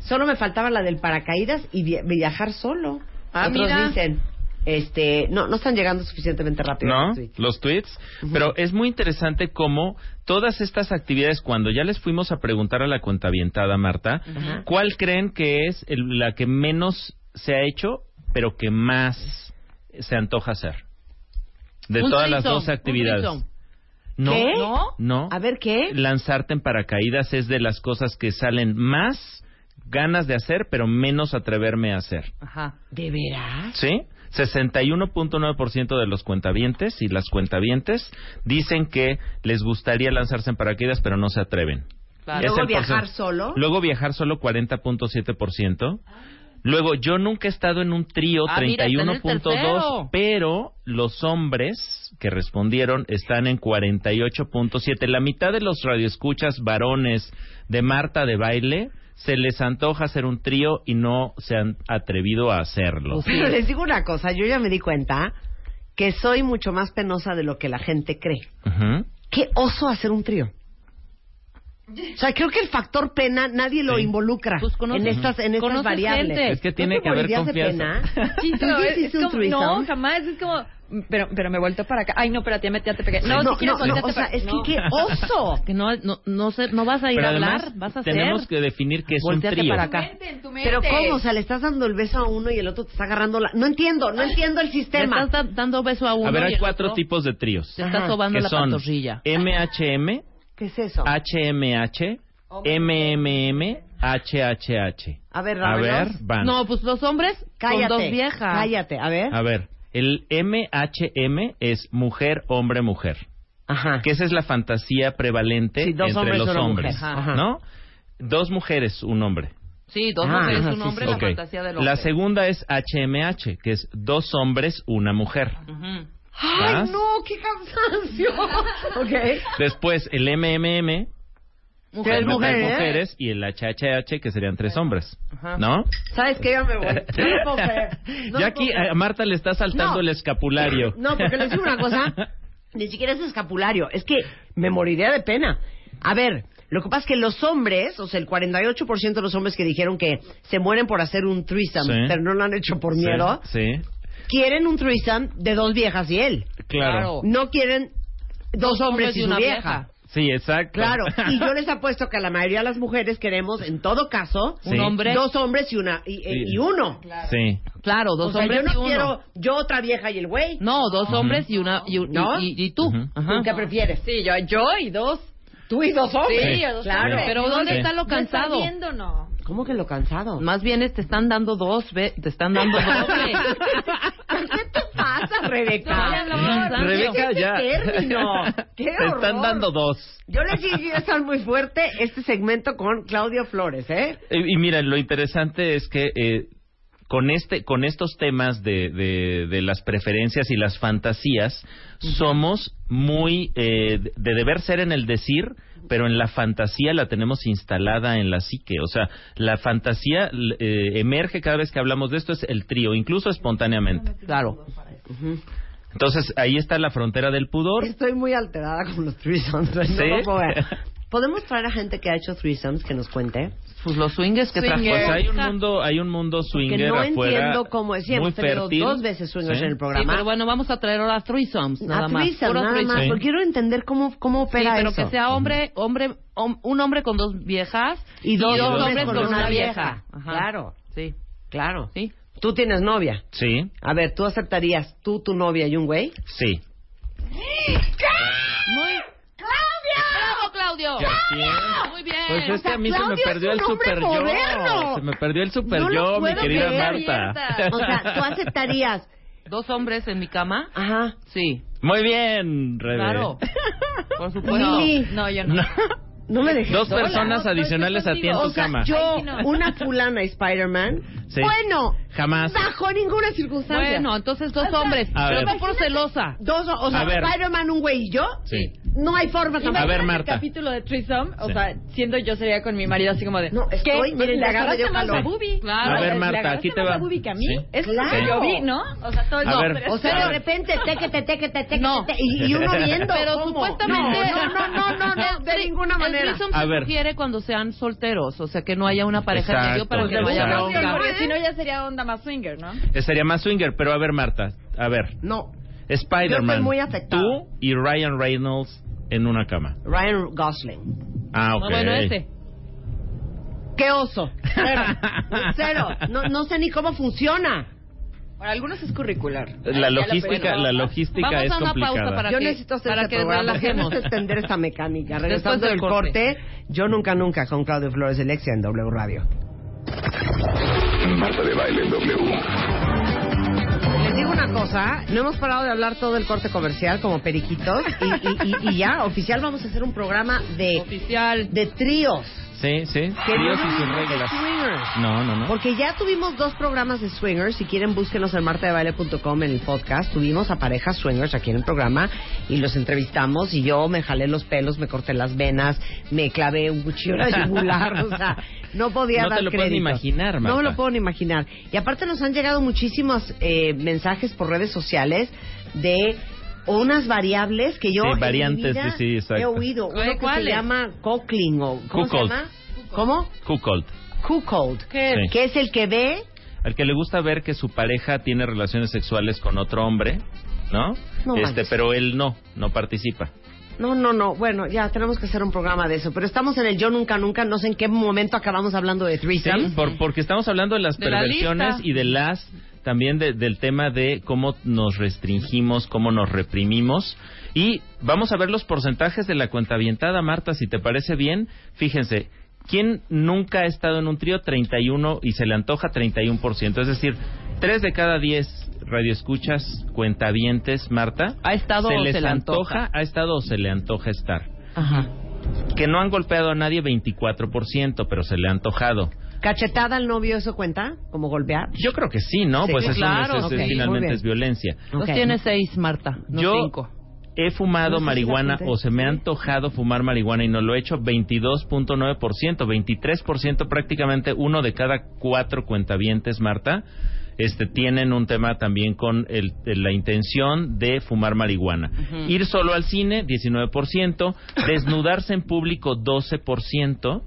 A: solo me faltaba la del paracaídas y vi- viajar solo.
C: Ah,
A: Otros
C: mira.
A: dicen, este, no, no están llegando suficientemente rápido.
B: ¿No?
A: los tweets.
B: Los tweets. Pero es muy interesante cómo todas estas actividades, cuando ya les fuimos a preguntar a la cuentavientada, Marta, ¿cuál creen que es el- la que menos se ha hecho, pero que más se antoja hacer? De
C: Un
B: todas las
C: threesome,
B: dos
C: un
B: actividades.
C: threesome.
B: No,
A: ¿Qué?
B: no, no.
A: A ver, ¿qué?
B: Lanzarte en paracaídas es de las cosas que salen más ganas de hacer, pero menos atreverme a hacer.
C: Ajá.
A: ¿De veras?
B: ¿Sí? 61.9% de los cuentavientes y las cuentavientes dicen que les gustaría lanzarse en paracaídas, pero no se atreven.
C: Claro.
B: Es
A: Luego
B: el
A: viajar
B: porcent-
A: solo.
B: Luego viajar solo 40.7%. Luego yo nunca he estado en un trío
C: Ah, mira, está en el
B: 31.2,
C: tercero.
B: pero los hombres que respondieron están en 48.7. La mitad de los radioescuchas varones de Marta de baile se les antoja hacer un trío y no se han atrevido a hacerlo.
A: Pero les digo una cosa, yo ya me di cuenta que soy mucho más penosa de lo que la gente cree.
B: Ujú.
A: Qué oso hacer un trío. O sea, creo que el factor pena nadie lo
B: Sí.
A: involucra
C: Pues conoces-
A: en estas en estas
C: conoces
A: variables.
C: gente.
B: Es que
A: ¿No
B: tiene
A: te
B: que haber
A: morirías de
B: confianza.
A: pena?
D: Sí,
A: ¿Tú
D: no,
A: ya
D: es-
A: hiciste
D: es
A: un
D: como-
A: threesome?
D: no, jamás, es como, pero, pero me vuelto para acá. Ay, no, espérate, ya me, ya te pegué. No,
A: no,
D: si quieres,
A: no,
D: volteate
A: o sea,
D: para-
A: es
D: no.
A: que qué oso.
C: Que no, no, no, sé, no vas a ir
B: Pero
C: a hablar,
B: además,
C: vas a hacer.
B: tenemos que definir qué es
C: Volteate
B: un trío.
C: para acá.
D: En tu mente.
A: Pero cómo, o sea, le estás dando el beso a uno y el otro te está agarrando la No entiendo, no entiendo el
C: Le
A: sistema.
C: estás da- dando beso a uno.
B: A ver,
C: y
B: hay
C: el
B: cuatro
C: otro
B: tipos de tríos.
C: Te está
A: Ajá.
C: sobando
B: Que
C: la
B: son
C: pantorrilla.
B: MHM,
A: ¿Qué es eso?
B: HMH, MMM, HHH.
A: A ver,
B: A
A: dámelos.
B: ver, van.
C: No, pues los hombres
A: cállate.
C: con dos viejas.
A: Cállate, a ver.
B: A ver, el MHM es mujer, hombre, mujer.
A: Ajá.
B: Que esa es la fantasía prevalente
A: Sí, dos
B: entre
A: hombres,
B: los
A: una mujer.
B: hombres,
A: Ajá.
B: ¿no? Dos mujeres, un hombre.
C: Sí, dos
A: Ah,
C: mujeres,
A: ajá,
C: un
A: sí,
C: hombre,
A: sí.
C: la
B: Ok.
C: fantasía del hombre.
B: La segunda es HMH, que es dos hombres, una mujer.
C: Ujú.
A: Ay,
B: ¿Vas?
A: no, qué cansancio. ok.
B: Después el MMM,
C: Mujer,
B: tres
C: mujer. ¿eh?
A: mujeres.
B: mujeres y el HHH que serían tres hombres, ¿no?
A: ¿Sabes qué? Ya me voy. No lo puedo creer. No
B: ya
A: lo puedo
B: aquí eh,
A: creer.
B: a Marta le está saltando
A: No.
B: el escapulario.
A: No, porque les digo una cosa. Ni siquiera es escapulario. Es que me moriría de pena. A ver, lo que pasa es que los hombres, o sea, el 48% de los hombres que dijeron que se mueren por hacer un threesome,
B: Sí.
A: pero no lo han hecho por miedo,
B: Sí, sí,
A: quieren un threesome de dos viejas y él.
B: claro.
C: Claro.
A: No quieren dos,
C: Dos
A: hombres,
C: hombres
A: y
C: y
A: su
C: una
A: vieja.
C: vieja.
B: Sí, exacto.
A: Claro, y yo les apuesto que a la mayoría de las mujeres queremos, en todo caso,
B: Sí.
C: Un hombre.
A: dos hombres y una y, eh,
B: Sí.
A: y uno.
B: Sí.
C: Claro,
A: O
C: dos
A: sea, yo
C: hombres
A: no
C: y uno.
A: quiero yo otra vieja y el güey.
C: No, dos hombres y una y, y-
A: ¿No?
C: y- y tú.
B: Ujú.
C: Ajá.
A: ¿Tú ¿Qué prefieres?
D: Sí, yo, yo y dos.
A: Tú y dos hombres.
D: Sí, yo dos
A: claro.
D: hombres.
C: Pero
D: No
C: ¿dónde
D: le-
C: está lo
D: no está
C: cansado?
D: viendo, no.
A: ¿Cómo que lo cansado?
C: Más bien es, te están dando dos, ve- te están dando doble.
A: ¿Qué te pasa, Rebeca?
C: No, ya hablamos.
B: Rebeca
A: ¿Qué es
B: ya.
A: este término? ¡Qué
B: Te están
A: horror!
B: dando dos.
A: Yo les dije que estar muy fuerte este segmento con Claudio Flores, ¿eh?
B: Y, y mira, lo interesante es que eh, con este, con estos temas de, de, de las preferencias y las fantasías, somos muy eh, de deber ser en el decir, pero en la fantasía la tenemos instalada en la psique. O sea, la fantasía l- eh, emerge cada vez que hablamos de esto es el trío, incluso espontáneamente.
C: claro.
B: Entonces ahí está la frontera del pudor.
A: Estoy muy alterada con los threesomes. no
B: ¿Sí?
A: lo puedo ver. ¿Podemos traer a gente que ha hecho threesomes que nos cuente?
C: Pues los swingers que trajo.
B: Pues hay un mundo, hay un mundo swinger
A: que no
B: afuera
A: entiendo cómo es. Sí,
B: muy
A: hemos tenido
B: fértil.
A: dos veces swingers
B: Sí.
A: en el programa.
C: Sí, pero bueno, vamos a traer ahora threesomes, nada
A: a
C: más.
A: threesome,
C: Puro
A: nada más.
C: threesome.
B: Sí.
A: Porque quiero entender cómo, cómo
C: Sí,
A: opera
C: pero
A: eso.
C: que sea hombre, hombre, hom- un hombre con dos viejas
A: Y dos
B: hombres
C: hombres
B: con
C: con,
B: una
C: una
A: vieja.
C: vieja.
A: Claro.
C: Sí,
A: Claro.
C: sí.
A: Tú tienes novia.
B: Sí,
A: A ver, ¿tú aceptarías tú, tu novia y un güey?
B: sí.
C: ¡Bravo, Claudio! Ah,
B: ¿Y a quién?
C: Muy bien.
B: Pues es que a mí se me
A: Claudio
B: perdió
A: es
B: el
A: un hombre
B: super
A: moderno.
B: yo. Se me perdió el super
A: No lo
B: yo, mi
A: puedo
B: querida
A: creer.
B: Marta.
A: O sea, ¿tú aceptarías?
C: ¿Dos hombres en mi cama?
A: Ajá.
C: Sí.
B: Muy bien, Rebe.
C: Claro. Por supuesto.
A: Lili,
D: No, yo no.
B: No.
A: no me dejes.
B: Dos personas
D: no, estoy
B: adicionales a ti en
D: contigo.
B: tu
A: O sea,
B: cama.
A: yo,
D: Ay, sí, no.
A: una fulana Spider-Man.
B: Sí.
A: Bueno,
B: Jamás.
A: bajo ninguna circunstancia.
C: Bueno, entonces dos hombres.
B: a
C: Pero
B: ver.
C: no por celosa.
A: Dos, o sea,
B: A ver.
A: Spider-Man, un güey y yo.
B: Sí.
A: No hay forma
B: A
A: tampoco.
B: ver,
D: El
B: Marta.
D: capítulo de Threesome, o
B: Sí.
D: sea, siendo yo sería con mi marido así como de...
A: No, estoy-
D: ¿Qué?
A: miren, la
D: le
A: casa me
D: agarraste
A: dio
D: más a
A: calor.
D: Bubi.
C: Claro.
A: Ah,
B: A ver,
D: Le
B: Marta,
D: agarraste
B: aquí te
D: más
B: va.
D: a Bubi que a mí.
B: Sí.
D: Es lo
A: Claro.
D: que yo vi, ¿no? O sea, todo el
B: A
D: no,
B: ver.
D: pero-
A: O sea,
B: A
A: de
B: ver.
A: repente, teque, teque, teque, teque, teque, y, y uno viendo.
C: Pero
A: ¿cómo?
C: supuestamente.
A: No, no, no, no, no, de ninguna
C: El
A: manera.
C: threesome
B: A
C: se
B: ver.
C: sugiere cuando sean solteros, o sea, que no haya una pareja en medio
B: Exacto, Pues
C: para que no haya
B: exacto.
C: bronca.
D: Porque si no ya sería onda más swinger, ¿no?
B: Eh, Sería más swinger, pero a ver, Marta. A ver,
A: No, Yo
B: Spider-Man.
A: estoy muy afectada.
B: Tú y Ryan Reynolds en una cama.
A: Ryan Gosling.
B: Ah, ok.
C: No, bueno, este.
A: ¡Qué oso! Cero, cero. No, no sé ni cómo funciona.
D: Para algunos es curricular.
B: La logística,
C: Bueno,
B: la
C: vamos-
B: logística
C: vamos
B: es
C: a una pausa
B: complicada.
C: para-
A: yo
C: que-
A: necesito hacer
C: para
A: este
C: que
A: programa.
C: relajemos.
A: Necesito extender esta mecánica. Regresando
C: Después
A: del
C: del
A: corte, yo nunca nunca con Claudio Flores de Lexia en W Radio.
E: Marta de Baile en W.
A: Les digo una cosa, no hemos parado de hablar todo el corte comercial como periquitos y, y- y- y ya, oficial, vamos a hacer un programa de,
C: Oficial.
A: de tríos.
B: Sí, sí.
A: Que
B: Dios
A: no
B: y sus
A: es
B: reglas.
A: swingers.
B: No, no, no.
A: Porque ya tuvimos dos programas de swingers. Si quieren, búsquenos en martadebaile.com en el podcast. Tuvimos a parejas swingers aquí en el programa y los entrevistamos. Y yo me jalé los pelos, me corté las venas, me clavé un cuchillo en la yugular. O sea, no podía
B: No te
A: dar
B: lo puedes ni
A: crédito.
B: imaginar, Marta.
A: No me lo puedo ni imaginar. Y aparte, nos han llegado muchísimos eh, mensajes por redes sociales de unas variables que yo
B: Sí,
A: en mi
B: variantes,
A: vida
B: sí, sí, exacto.
A: he oído. Uno
C: Oye,
A: que se
C: ¿cuáles?
A: llama cockling o ¿cómo
B: Cuckold.
A: se llama? ¿Cómo?
B: Cuckold.
A: Cuckold.
C: ¿Qué?
B: Sí.
A: Que es el que ve
B: Al que le gusta ver que su pareja tiene relaciones sexuales con otro hombre, ¿no?
A: No
B: este,
A: manches.
B: pero él no, no participa.
A: No, no, no. Bueno, ya tenemos que hacer un programa de eso. Pero estamos en el Yo Nunca Nunca. No sé en qué momento acabamos hablando de
B: Sí,
A: threesomes.
B: por- porque estamos hablando de las
C: De la
B: perversiones
C: lista.
B: y de las también de- del tema de cómo nos restringimos, cómo nos reprimimos y vamos a ver los porcentajes de la cuenta avientada, Marta, si te parece bien. Fíjense, ¿quién nunca ha estado en un trío 31 y se le antoja 31%? Es decir, 3 de cada 10 radioescuchas, cuentavientes, Marta,
C: ¿Ha estado
B: se
C: o
B: les
C: se le antoja?
B: ha estado o se le antoja estar.
C: Ajá.
B: Que no han golpeado a nadie 24%, pero se le ha antojado.
A: ¿Cachetada al novio eso cuenta? ¿Como golpear?
B: Yo creo que sí, ¿no?
A: Sí,
B: pues eso no
C: claro,
B: es- es-
C: ok,
B: finalmente
A: muy bien.
B: es violencia.
C: Los
A: Ok.
C: tiene seis, Marta, no
B: Yo
C: cinco.
B: he fumado
A: No sé si la
B: marihuana
A: apunté.
B: o se me ha antojado fumar marihuana y no lo he hecho 22.9%, 23% prácticamente uno de cada cuatro cuentavientes, Marta. Este, tienen un tema también con el- el- la intención de fumar marihuana. Ir solo al cine, 19%. Desnudarse en público, 12%.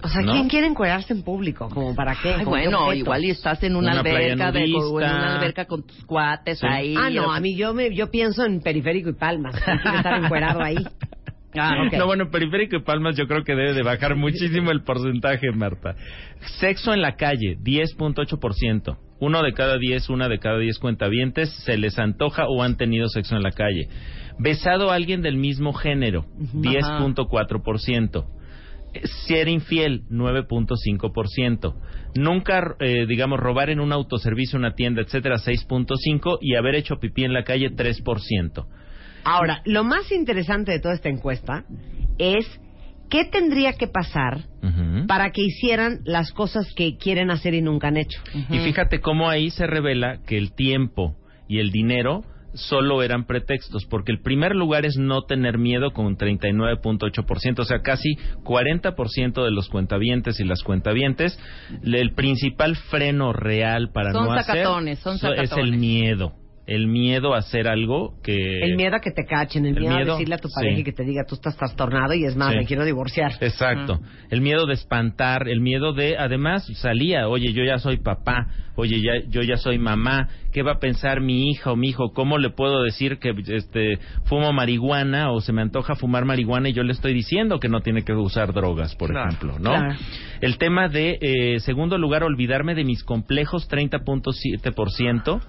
A: O sea,
B: ¿No?
A: ¿quién quiere encuerarse en público? ¿Como para qué?
C: Ay,
A: ¿Como qué
C: bueno,
A: objeto?
C: igual y estás en una,
B: Una playa
C: alberca de, con,
B: nudista.
C: una alberca con tus cuates
B: Sí.
C: ahí.
A: Ah, no, a mí yo, me, yo pienso en periférico y palmas. Quién quiere estar encuerado ahí. Ah, ok.
B: No, bueno, Periférico y Palmas yo creo que debe de bajar muchísimo el porcentaje, Marta. Sexo en la calle, 10.8%. Uno de cada diez, una de cada diez cuentavientes se les antoja o han tenido sexo en la calle. Besado a alguien del mismo género, 10.4%. Ser infiel, 9.5%. Nunca, eh, digamos, robar en un autoservicio, una tienda, etcétera, 6.5%. Y haber hecho pipí en la calle, 3%.
A: Ahora, lo más interesante de toda esta encuesta es qué tendría que pasar
B: Ujú.
A: para que hicieran las cosas que quieren hacer y nunca han hecho.
B: Y fíjate cómo ahí se revela que el tiempo y el dinero solo eran pretextos, porque el primer lugar es no tener miedo con 39.8%, o sea, casi 40% de los cuentavientes y las cuentavientes, le- el principal freno real para
C: Son
B: no hacer
C: sacatones, son
B: so- es el
C: sacatones.
B: miedo. el miedo a hacer algo que...
A: El miedo a que te cachen, el,
B: Eh, el
A: miedo,
B: miedo,
A: a decirle a tu pareja
B: sí.
A: y que te diga tú estás trastornado y es más,
B: Sí.
A: me quiero divorciar.
B: Exacto. El miedo de espantar, el miedo de, además, salía, oye, yo ya soy papá, oye, ya, yo ya soy mamá, ¿qué va a pensar mi hija o mi hijo? ¿Cómo le puedo decir que este, fumo marihuana o se me antoja fumar marihuana y yo le estoy diciendo que no tiene que usar drogas, por
E: Claro,
B: ejemplo, ¿no?
A: claro.
B: El tema de, eh, segundo lugar, olvidarme de mis complejos, 30.7%.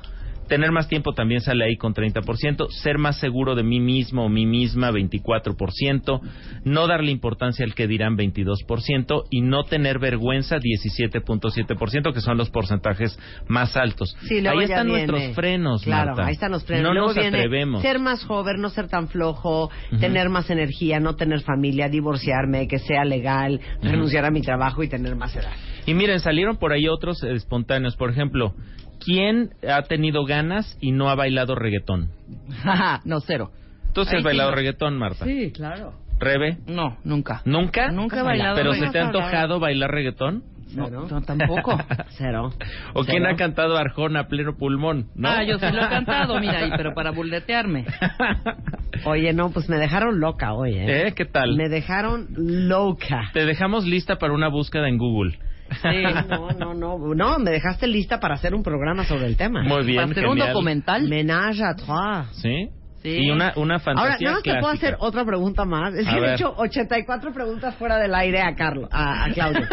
B: Tener más tiempo también sale ahí con 30%. Ser más seguro de mí mismo o mí misma, 24%. No darle importancia al que dirán, 22%. Y no tener vergüenza, 17.7%, que son los porcentajes más altos.
A: Sí, luego
B: ahí
A: ya
B: están
A: viene.
B: nuestros frenos,
A: Claro,
B: Marta.
A: ahí están los frenos.
B: No
A: Luego
B: nos
A: viene
B: atrevemos.
A: Ser más joven, no ser tan flojo,
B: Ujú.
A: tener más energía, no tener familia, divorciarme, que sea legal,
B: Ujú.
A: renunciar a mi trabajo y tener más edad.
B: Y miren, salieron por ahí otros eh, espontáneos. Por ejemplo, ¿quién ha tenido ganas y no ha bailado reggaetón?
C: no, cero.
B: Tú sí
C: Ay,
B: has
C: sí.
B: bailado reggaetón, Marta.
C: Sí, claro.
B: Rebe.
C: No, nunca.
B: ¿Nunca?
C: Nunca he bailado
B: ¿Pero se
C: reggaetón.
B: te ha antojado bailar reggaetón?
C: No,
A: Cero.
C: no, tampoco.
A: Cero.
B: ¿O quién
C: no.
B: ha cantado Arjona a pleno pulmón? ¿No?
C: Ah, yo sí lo he cantado, mira, y- pero para burletearme.
A: Oye, no, pues me dejaron loca hoy, ¿eh?
B: ¿Eh? ¿Qué tal?
A: Me dejaron loca.
B: Te dejamos lista para una búsqueda en Google.
A: Sí, no, no, no. No, me dejaste lista para hacer un programa sobre el tema.
B: Muy bien,
C: para hacer un
B: genial.
C: documental.
A: Menage à trois.
B: ¿Sí?
C: Sí.
B: Y una, una
A: Ahora,
B: fantasía
A: nada más te puedo
B: clásica.
A: hacer otra pregunta más. Es
B: A
A: que le he
B: ver.
A: hecho 84 preguntas fuera del aire a Carlos, a, a Claudio.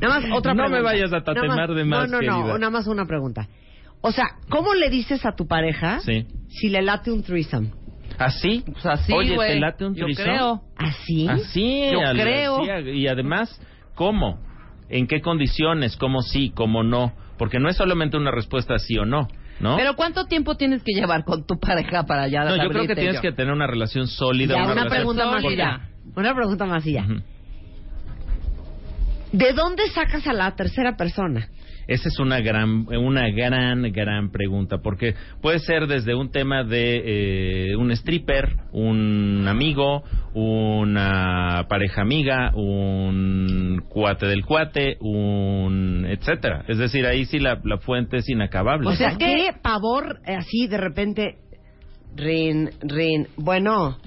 A: Nada más otra pregunta.
B: No me vayas a
A: Nada
B: tatemar de más,
A: No, no, no,
B: querida.
A: nada más una pregunta. O sea, ¿cómo le dices a tu pareja
B: Sí.
A: si le late un threesome?
B: ¿Así?
C: Pues así,
B: Oye,
C: güey.
B: ¿te late un
C: Yo
B: trisón?
C: creo.
A: ¿Así?
B: Ah. Así,
C: Yo
B: al-
C: creo.
B: sí, y además, ¿cómo? ¿En qué condiciones? ¿Cómo sí? ¿Cómo no? Porque no es solamente una respuesta sí o no, ¿no?
C: Pero ¿cuánto tiempo tienes que llevar con tu pareja para ya
B: no, yo creo
C: abrirte
B: que tienes que tener una relación sólida.
A: Ya, una,
B: relación
A: pregunta más y
B: fuerte.
A: ya. Una pregunta más y ya.
B: Ujú.
A: ¿De dónde sacas a la tercera persona?
B: Esa es una gran, una gran, gran pregunta, porque puede ser desde un tema de eh, un stripper, un amigo, una pareja amiga, un cuate del cuate, un etcétera. Es decir, ahí sí la, la fuente es inacabable.
A: O sea,
B: ¿no?
A: ¿qué pavor eh, así de repente? Rin, rin. Bueno,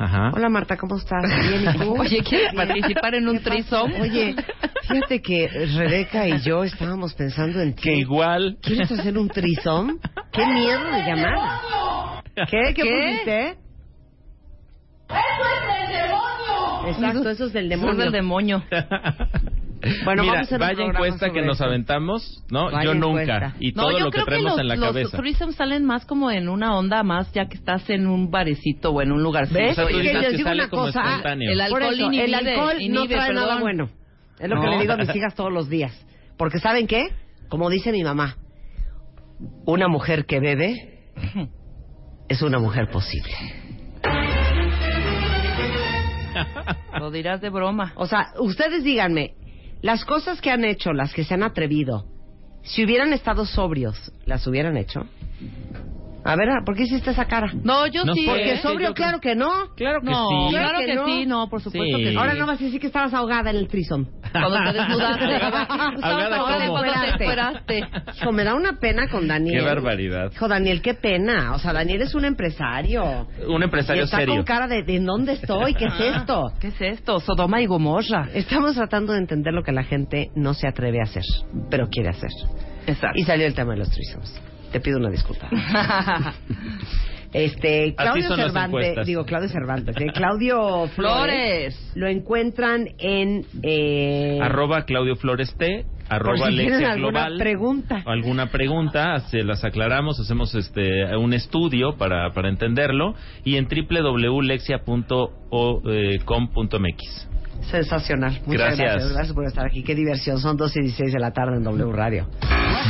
B: Ajá.
A: Hola Marta, ¿cómo estás? Bien, ¿y tú?
C: Oye, ¿quieres
A: Bien.
C: participar en
A: ¿Qué
C: un
A: pasó?
C: threesome?
A: Oye, fíjate que Rebeca y yo estábamos pensando en
B: Que
A: ti.
B: igual.
A: ¿Quieres hacer un trisón? ¡Qué miedo de llamar! ¿Qué? ¿Qué, pusiste? Exacto, eso es del
C: Eso es
A: demonio.
C: del demonio.
A: Bueno,
B: Mira,
A: vamos a hacer un
B: vaya
A: programa
B: encuesta que
A: sobre
B: nos
A: eso.
B: aventamos, ¿no?
A: Vaya
B: yo nunca.
A: encuesta.
B: Y
C: No,
B: todo
C: yo
B: lo que
C: creo
B: traemos
C: los,
B: en la
C: los
B: cabeza.
C: threesomes salen más como en una onda más ya que estás en un barecito o en un lugar.
A: ¿Ves?
B: O sea,
A: es
B: tú
A: que
B: dices
A: les
B: que
A: digo
B: sale
A: una
B: como
A: cosa.
B: espontáneo.
C: El
A: Por
C: alcohol
A: eso,
C: inhibe,
A: el alcohol no
C: inhibe,
A: trae nada
C: perdón.
A: bueno. Es lo que
B: No.
A: le digo a mis hijas todos los días. Porque ¿saben qué? Como dice mi mamá, una mujer que bebe es una mujer posible.
C: Lo dirás de broma.
A: O sea, ustedes díganme, las cosas que han hecho, las que se han atrevido, si hubieran estado sobrios, ¿las hubieran hecho? A ver, ¿por qué hiciste esa cara?
C: No, yo
B: No
C: sí.
B: sé,
C: ¿eh?
A: Porque sobrio,
B: yo creo-
A: claro que no.
B: Claro que
C: No,
B: sí.
C: claro
A: Claro que
C: que
A: no.
C: sí, no, por supuesto
B: Sí.
C: que sí.
A: Ahora no vas a decir que estabas ahogada en el trisón.
C: Cuando te desnudaste.
B: Ahogada
C: Cuando
B: como.
C: te esperaste.
A: Hijo, me da una pena con Daniel.
B: Qué barbaridad.
A: Hijo, Daniel, qué pena. O sea, Daniel es un empresario.
B: Un
A: y
B: empresario
A: está
B: serio.
A: con cara de, ¿de dónde estoy? ¿Qué es esto?
C: Ah, ¿Qué es esto? Sodoma y Gomorra.
A: Estamos tratando de entender lo que la gente no se atreve a hacer, pero quiere hacer.
C: Exacto.
A: Y salió el tema de los trisomes. Te pido una disculpa. Este, Claudio
B: son las
A: Cervantes,
B: encuestas.
A: digo Claudio Cervantes, eh, Claudio Flores,
C: Flores.
A: lo encuentran en eh,
B: Arroba Claudio Flores T,
A: Por si
B: arroba Alexia
A: tienen alguna
B: Global.
A: pregunta.
B: Alguna pregunta, se las aclaramos, hacemos este un estudio para, para entenderlo y en www.lexia.com.mx.
A: sensacional. Muchas gracias.
B: Gracias.
A: gracias, por estar aquí. Qué diversión. Son 2 y 16 de la tarde en W Radio.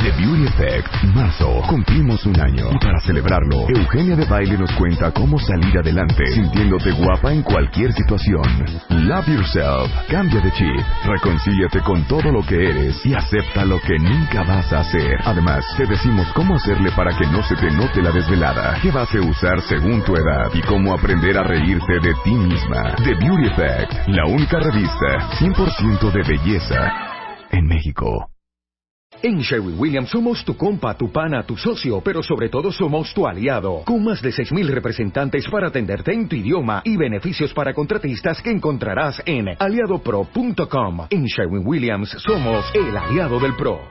F: The Beauty Effect, marzo, cumplimos un año. Y para celebrarlo, Eugenia de Baile nos cuenta cómo salir adelante, sintiéndote guapa en cualquier situación. Love yourself, cambia de chip, reconcíliate con todo lo que eres y acepta lo que nunca vas a hacer. Además, te decimos cómo hacerle para que no se te note la desvelada, qué base usar según tu edad y cómo aprender a reírte de ti misma. The Beauty Effect, la única revista 100% de belleza en México.
G: En Sherwin Williams somos tu compa, tu pana, tu socio, pero sobre todo somos tu aliado, con más de 6.000 representantes para atenderte en tu idioma y beneficios para contratistas que encontrarás en aliadopro.com. En Sherwin Williams somos el aliado del PRO.